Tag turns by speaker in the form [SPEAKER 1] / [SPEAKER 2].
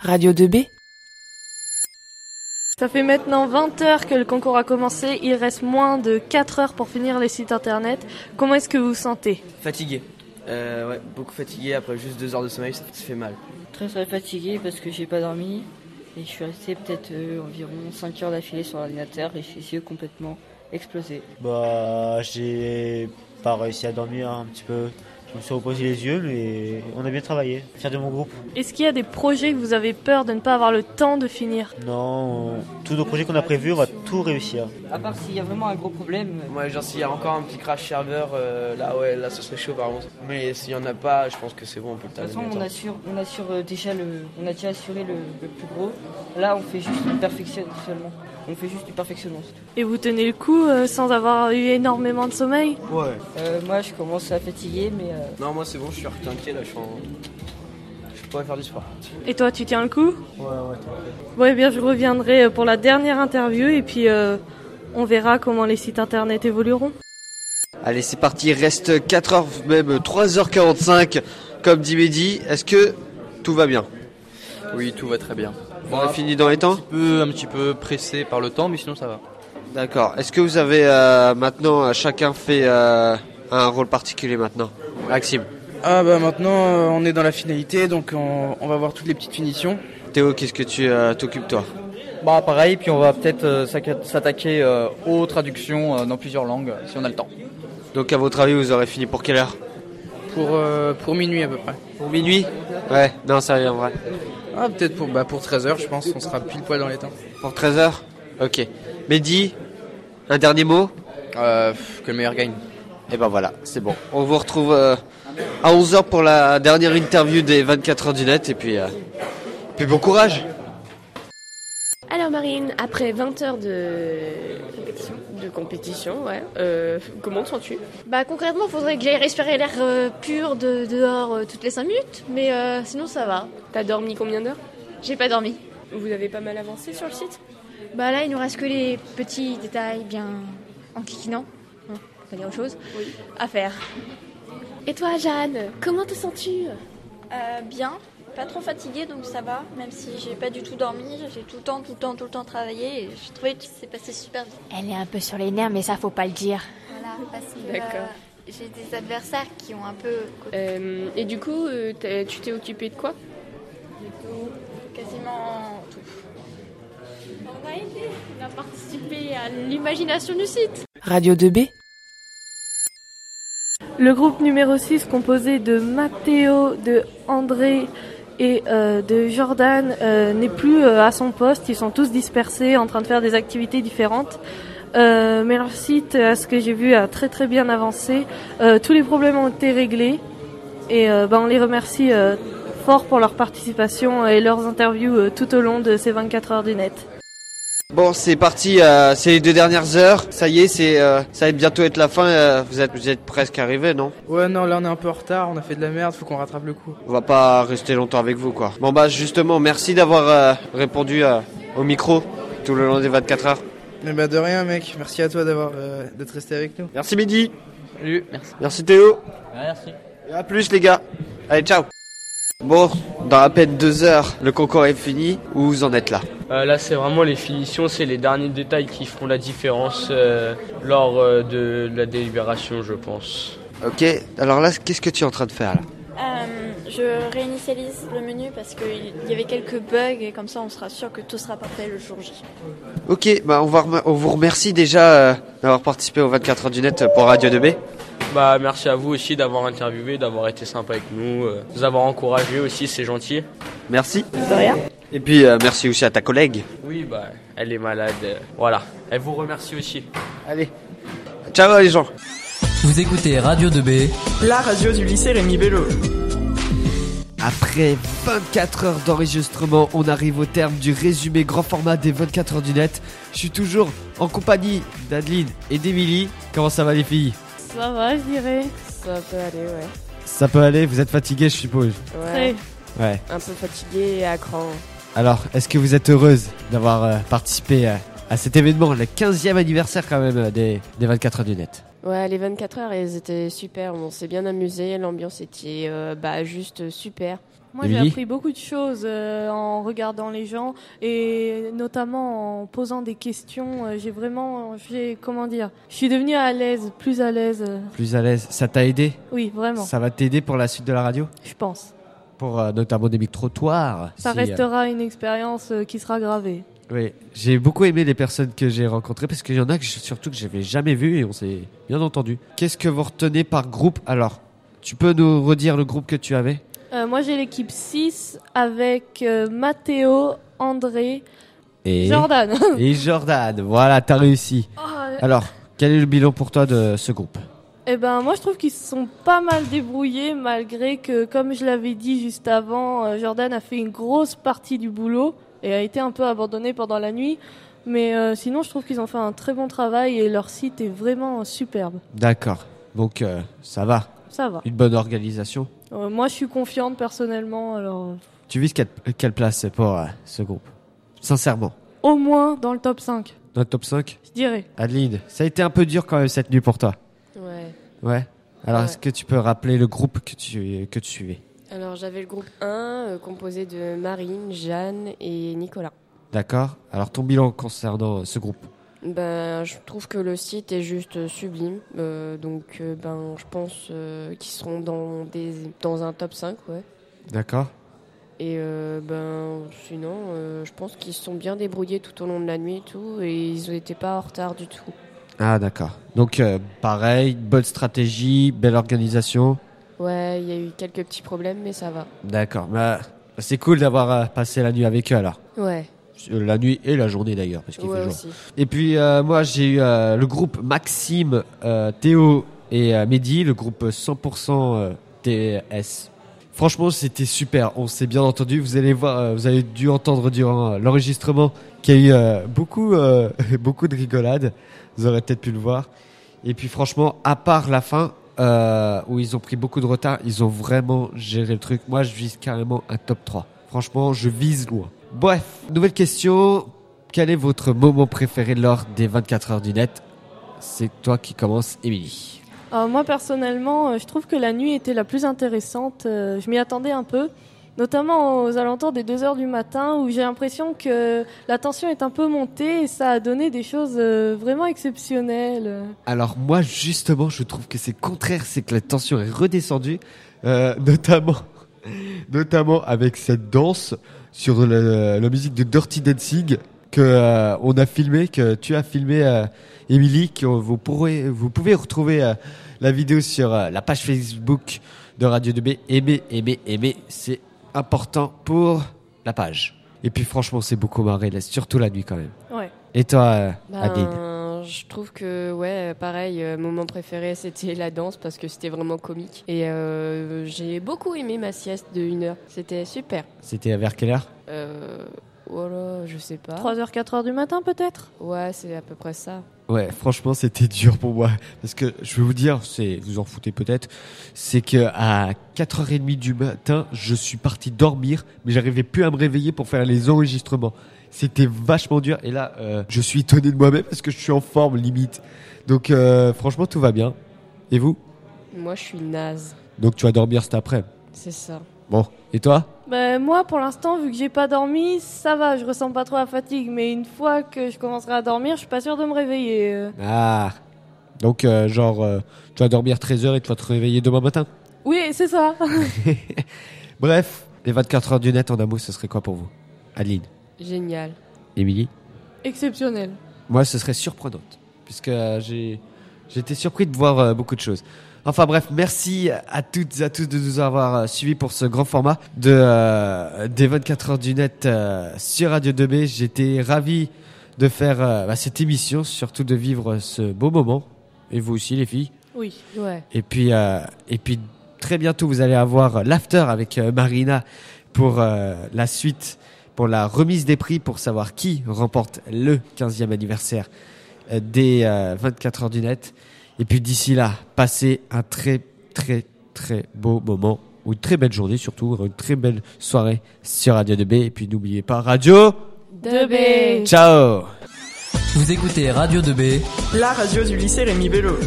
[SPEAKER 1] Radio 2B
[SPEAKER 2] Ça fait maintenant 20 heures que le concours a commencé, il reste moins de 4 heures pour finir les sites internet. Comment est-ce que vous vous sentez
[SPEAKER 3] Fatigué. Euh, ouais, beaucoup fatigué après juste deux heures de sommeil, ça fait mal.
[SPEAKER 4] Très très fatigué parce que j'ai pas dormi et je suis resté peut-être euh, environ 5 heures d'affilée sur l'ordinateur et j'ai les yeux complètement explosés.
[SPEAKER 5] Bah, j'ai pas réussi à dormir un petit peu. Je me suis reposé les yeux, mais on a bien travaillé. Fier de mon groupe.
[SPEAKER 2] Est-ce qu'il y a des projets que vous avez peur de ne pas avoir le temps de finir
[SPEAKER 5] Non, on- tous nos projets qu'on a prévus, on va tout réussir.
[SPEAKER 4] À part s'il y a vraiment un gros problème, euh,
[SPEAKER 3] Moi, genre, s'il y a encore un petit crash serveur, euh, là, ouais, là, ça serait chaud par contre. Mais s'il y en a pas, je pense que c'est bon, on peut le
[SPEAKER 4] de toute
[SPEAKER 3] terminer.
[SPEAKER 4] façon on assure, on assure euh, déjà le, on a déjà assuré le, le plus gros. Là on fait juste du perfectionnement seulement. On fait juste du perfectionnement. c'est tout.
[SPEAKER 2] Et vous tenez le coup euh, sans avoir eu énormément de sommeil
[SPEAKER 3] Ouais.
[SPEAKER 4] Euh, moi je commence à fatiguer mais euh,
[SPEAKER 3] Non, moi, c'est bon, je suis requinqué, là, je suis en... Je pourrais faire du sport.
[SPEAKER 2] Et toi, tu tiens le coup
[SPEAKER 3] Ouais, ouais.
[SPEAKER 2] Bon, eh bien, je reviendrai euh, pour la dernière interview et puis euh, on verra comment les sites internet évolueront.
[SPEAKER 6] Allez, c'est parti, il reste 4h, même 3h45, comme dit Mehdi. Est-ce que tout va bien
[SPEAKER 7] Oui, tout va très bien.
[SPEAKER 6] On
[SPEAKER 8] Bah,
[SPEAKER 6] a fini dans les
[SPEAKER 7] Un
[SPEAKER 6] temps
[SPEAKER 7] petit, peu, un petit peu pressé par le temps, mais sinon ça va.
[SPEAKER 6] D'accord. Est-ce que vous avez euh, maintenant, euh, chacun fait euh, un rôle particulier maintenant Maxime,
[SPEAKER 9] Ah bah maintenant euh, on est dans la finalité donc on, on va voir toutes les petites finitions.
[SPEAKER 6] Théo, qu'est-ce que tu euh, t'occupes toi
[SPEAKER 8] Bah pareil, puis on va peut-être euh, s'ac- s'attaquer euh, aux traductions euh, dans plusieurs langues, euh, si on a le temps.
[SPEAKER 6] Donc à votre avis, vous aurez fini pour quelle heure
[SPEAKER 9] Pour, euh, pour minuit à peu près.
[SPEAKER 6] Pour minuit Ouais, non, sérieux, en vrai.
[SPEAKER 9] Ah peut-être pour, bah, pour 13h je pense, on sera pile poil dans les temps.
[SPEAKER 6] Pour 13h Ok. Mehdi, un dernier mot
[SPEAKER 7] Euh, pff, que le meilleur gagne.
[SPEAKER 6] Et ben voilà, c'est bon. On vous retrouve euh, à 11h pour la dernière interview des 24 heures du net. Et puis, euh, puis bon courage
[SPEAKER 10] Alors Marine, après 20 heures de compétition, de compétition ouais, euh, comment te sens-tu
[SPEAKER 11] Bah concrètement, faudrait que j'aille respirer l'air euh, pur de dehors euh, toutes les 5 minutes, mais euh, sinon ça va.
[SPEAKER 10] T'as dormi combien d'heures
[SPEAKER 11] J'ai pas dormi.
[SPEAKER 10] Vous avez pas mal avancé sur le site
[SPEAKER 11] Bah là, il nous reste que les petits détails bien en kikinant, hein, pour pas dire autre chose, à faire.
[SPEAKER 10] Et toi, Jeanne, comment te sens-tu
[SPEAKER 12] Euh, bien, pas trop fatiguée donc ça va, même si j'ai pas du tout dormi, j'ai tout le temps, tout le temps, tout le temps travaillé et j'ai trouvé que c'est passé super vite.
[SPEAKER 11] Elle est un peu sur les nerfs, mais ça faut pas le dire.
[SPEAKER 12] Voilà, parce que
[SPEAKER 10] D'accord.
[SPEAKER 12] euh, j'ai des adversaires qui ont un peu
[SPEAKER 10] Euh, Et du coup, euh, t'es- tu t'es occupée de quoi
[SPEAKER 12] quasiment tout.
[SPEAKER 11] On a aidé, on a participé à l'imagination du site.
[SPEAKER 1] Radio 2B
[SPEAKER 2] Le groupe numéro 6 composé de Matteo, de André et euh, de Jordan euh, n'est plus euh, à son poste. Ils sont tous dispersés en train de faire des activités différentes. Euh, mais leur site, à ce que j'ai vu, a très très bien avancé. Euh, tous les problèmes ont été réglés et euh, ben, on les remercie euh, fort pour leur participation et leurs interviews euh, tout au long de ces 24 heures du net.
[SPEAKER 6] Bon, c'est parti, euh, c'est les deux dernières heures. Ça y est, c'est, euh, ça va bientôt être la fin. euh, vous, êtes, vous êtes presque arrivés, non
[SPEAKER 9] Ouais non là on est un peu en retard, on a fait de la merde, faut qu'on rattrape le coup.
[SPEAKER 6] On va pas rester longtemps avec vous, quoi. Bon, bah, justement, merci d'avoir euh, répondu euh, au micro tout le long des 24 heures.
[SPEAKER 9] Mais bah de rien mec, merci à toi d'avoir euh, d'être resté avec nous.
[SPEAKER 6] Merci, Midi.
[SPEAKER 7] Salut, merci.
[SPEAKER 6] Merci, Théo.
[SPEAKER 8] Merci.
[SPEAKER 6] Et à plus, les gars. Allez, ciao. Bon, dans à peine deux heures, le concours est fini. Où vous en êtes là
[SPEAKER 13] Euh, là, c'est vraiment les finitions, c'est les derniers détails qui feront la différence euh, lors euh, de la délibération, je pense.
[SPEAKER 6] Ok, alors là, qu'est-ce que tu es en train de faire, là
[SPEAKER 12] Euh, je réinitialise le menu parce qu'il y avait quelques bugs et comme ça on sera sûr que tout sera parfait le jour J.
[SPEAKER 6] Ok, bah on, va rem- on vous remercie déjà euh, d'avoir participé aux 24 heures du net pour Radio 2B.
[SPEAKER 13] Bah, merci à vous aussi d'avoir interviewé, d'avoir été sympa avec nous, euh, nous avoir encouragé aussi, c'est gentil.
[SPEAKER 6] Merci. Et puis euh, merci aussi à ta collègue.
[SPEAKER 13] Oui, bah, elle est malade, euh, voilà. Elle vous remercie aussi.
[SPEAKER 6] Allez, ciao les gens.
[SPEAKER 14] Vous écoutez Radio 2B.
[SPEAKER 9] La radio du lycée Rémi Bello.
[SPEAKER 6] Après 24 heures d'enregistrement, on arrive au terme du résumé grand format des 24 heures du net. Je suis toujours en compagnie d'Adeline et d'Emilie. Comment ça va les filles
[SPEAKER 2] Ça va, je dirais.
[SPEAKER 4] Ça peut aller, ouais.
[SPEAKER 15] Ça peut aller, vous êtes fatigué, je suppose.
[SPEAKER 2] Très.
[SPEAKER 15] Ouais.
[SPEAKER 4] Un peu fatigué et à cran.
[SPEAKER 15] Alors, est-ce que vous êtes heureuse d'avoir euh, participé euh, à cet événement, le 15e anniversaire quand même euh, des, des 24 heures du net
[SPEAKER 16] Ouais, les 24 heures, elles étaient super. On s'est bien amusé. L'ambiance était euh, bah, juste super.
[SPEAKER 2] Moi, j'ai
[SPEAKER 6] Émilie
[SPEAKER 2] appris beaucoup de choses euh, en regardant les gens et notamment en posant des questions. Euh, J'ai vraiment, j'ai comment dire, je suis devenue à l'aise, plus à l'aise, euh,
[SPEAKER 6] Plus à l'aise. Ça t'a aidé
[SPEAKER 2] Oui, vraiment.
[SPEAKER 6] Ça va t'aider pour la suite de la radio
[SPEAKER 2] je pense.
[SPEAKER 6] Pour euh, notamment des micro-trottoirs.
[SPEAKER 2] Ça
[SPEAKER 6] si, euh,
[SPEAKER 2] restera une expérience euh, qui sera gravée.
[SPEAKER 6] Oui, j'ai beaucoup aimé les personnes que j'ai rencontrées parce qu'il y en a que je- surtout que j'avais jamais vu et on s'est bien entendu. Qu'est-ce que vous retenez par groupe Alors, tu peux nous redire le groupe que tu avais
[SPEAKER 2] Euh, moi, j'ai l'équipe 6 avec euh, Mathéo, André.
[SPEAKER 6] et...
[SPEAKER 2] Jordan.
[SPEAKER 6] Et Jordan, voilà, t'as réussi.
[SPEAKER 2] Oh.
[SPEAKER 6] Alors, quel est le bilan pour toi de ce groupe
[SPEAKER 2] Eh ben, moi, je trouve qu'ils se sont pas mal débrouillés malgré que, comme je l'avais dit juste avant, euh, Jordan a fait une grosse partie du boulot et a été un peu abandonné pendant la nuit. Mais euh, sinon, je trouve qu'ils ont fait un très bon travail et leur site est vraiment euh, superbe.
[SPEAKER 6] D'accord, donc euh, ça va.
[SPEAKER 2] Ça va.
[SPEAKER 6] Une bonne organisation.
[SPEAKER 2] Euh, moi, je suis confiante personnellement, alors euh,
[SPEAKER 6] Tu vises quelle, quelle place pour euh, ce groupe Sincèrement,
[SPEAKER 2] au moins dans le top 5,
[SPEAKER 6] dans le top 5
[SPEAKER 2] je dirais.
[SPEAKER 6] Adeline, ça a été un peu dur quand même cette nuit pour toi.
[SPEAKER 16] Ouais.
[SPEAKER 6] Ouais. Alors,
[SPEAKER 16] Ouais.
[SPEAKER 6] est-ce que tu peux rappeler le groupe que tu, que tu suivais
[SPEAKER 16] Alors j'avais le groupe 1 euh, composé de Marine, Jeanne et Nicolas.
[SPEAKER 6] D'accord. Alors ton bilan concernant euh, ce groupe.
[SPEAKER 16] Ben, je trouve que le site est juste euh, sublime. Euh, donc euh, ben, je pense euh, qu'ils seront dans, des, dans un top 5. Ouais.
[SPEAKER 6] D'accord.
[SPEAKER 16] Et euh, ben, sinon, euh, je pense qu'ils se sont bien débrouillés tout au long de la nuit et tout. Et ils n'étaient pas en retard du tout.
[SPEAKER 6] Ah d'accord. Donc euh, pareil, bonne stratégie, belle organisation.
[SPEAKER 16] Ouais, il y a eu quelques petits problèmes, mais ça va.
[SPEAKER 6] D'accord. Bah, c'est cool d'avoir euh, passé la nuit avec eux alors.
[SPEAKER 16] Ouais.
[SPEAKER 6] Euh, La nuit et la journée d'ailleurs parce qu'il
[SPEAKER 16] Ouais,
[SPEAKER 6] fait jour.
[SPEAKER 16] aussi.
[SPEAKER 6] Et puis euh, moi j'ai eu euh, le groupe Maxime, euh, Théo et euh, Mehdi, le groupe 100% euh, TS. Franchement c'était super, on s'est bien entendu. Vous allez voir, euh, vous avez dû entendre durant euh, l'enregistrement qu'il y a eu euh, beaucoup, euh, beaucoup de rigolades. Vous aurez peut-être pu le voir. Et puis franchement, à part la fin euh, où ils ont pris beaucoup de retard, ils ont vraiment géré le truc. Moi, je vise carrément un top 3. Franchement, je vise loin. Bref, nouvelle question. Quel est votre moment préféré lors des 24 heures du net C'est toi qui commence, Émilie.
[SPEAKER 2] Alors, Euh, moi, personnellement, euh, je trouve que la nuit était la plus intéressante. Euh, je m'y attendais un peu, notamment aux alentours des 2 heures du matin où j'ai l'impression que la tension est un peu montée et ça a donné des choses euh, vraiment exceptionnelles.
[SPEAKER 6] Alors moi, justement, je trouve que c'est le contraire, c'est que la tension est redescendue, euh, notamment, notamment avec cette danse sur le- la musique de Dirty Dancing que euh, on a filmé, que tu as filmé, euh, Émilie, que vous pourrez, vous pouvez retrouver euh, la vidéo sur euh, la page Facebook de Radio 2B. Aimez, aimez, aimez, c'est important pour la page. Et puis franchement, c'est beaucoup marré, là, surtout la nuit quand même.
[SPEAKER 16] Ouais.
[SPEAKER 6] Et toi, euh,
[SPEAKER 16] Ben,
[SPEAKER 6] Adeline
[SPEAKER 16] je trouve que, ouais, pareil, euh, moment préféré, c'était la danse parce que c'était vraiment comique. Et euh, j'ai beaucoup aimé ma sieste de 1 heure. C'était super.
[SPEAKER 6] C'était vers quelle heure
[SPEAKER 16] Euh, voilà, je sais pas.
[SPEAKER 2] 3h, 4h du matin peut-être
[SPEAKER 16] Ouais, c'est à peu près ça.
[SPEAKER 6] Ouais, franchement, c'était dur pour moi. Parce que je vais vous dire, c'est, vous en foutez peut-être, c'est que à 4h30 du matin, je suis parti dormir, mais j'arrivais plus à me réveiller pour faire les enregistrements. C'était vachement dur. Et là, euh, je suis étonné de moi-même parce que je suis en forme, limite. Donc, euh, franchement, tout va bien. Et vous
[SPEAKER 16] Moi, je suis naze.
[SPEAKER 6] Donc, tu vas dormir cet après
[SPEAKER 16] C'est ça.
[SPEAKER 6] Bon. Et toi
[SPEAKER 2] Ben, moi, pour l'instant, vu que j'ai pas dormi, ça va, je ressens pas trop la fatigue. Mais une fois que je commencerai à dormir, je suis pas sûre de me réveiller. euh.
[SPEAKER 6] Ah. Donc, euh, genre, euh, tu vas dormir 13h et tu vas te réveiller demain matin
[SPEAKER 2] Oui, c'est ça.
[SPEAKER 6] Bref, les 24 heures du net en un mot, ce serait quoi pour vous Adeline
[SPEAKER 16] Génial.
[SPEAKER 6] Émilie
[SPEAKER 2] Exceptionnel.
[SPEAKER 6] Moi, ce serait surprenante, puisque euh, j'ai j'étais surpris de voir euh, beaucoup de choses. Enfin bref, merci à toutes et à tous de nous avoir euh, suivis pour ce grand format de euh, des 24 heures du net euh, sur Radio 2B. J'étais ravi de faire euh, bah, cette émission, surtout de vivre ce beau moment. Et vous aussi, les filles.
[SPEAKER 2] Oui.
[SPEAKER 16] Ouais.
[SPEAKER 6] Et puis, euh, et puis très bientôt, vous allez avoir euh, l'after avec euh, Marina pour euh, la suite, pour la remise des prix, pour savoir qui remporte le 15e anniversaire euh, des euh, 24 heures du net. Et puis d'ici là, passez un très, très, très beau moment, ou une très belle journée surtout, une très belle soirée sur Radio 2B. Et puis n'oubliez pas, Radio
[SPEAKER 14] 2B.
[SPEAKER 6] Ciao
[SPEAKER 14] Vous écoutez Radio 2B
[SPEAKER 17] La radio du lycée Rémi Bello.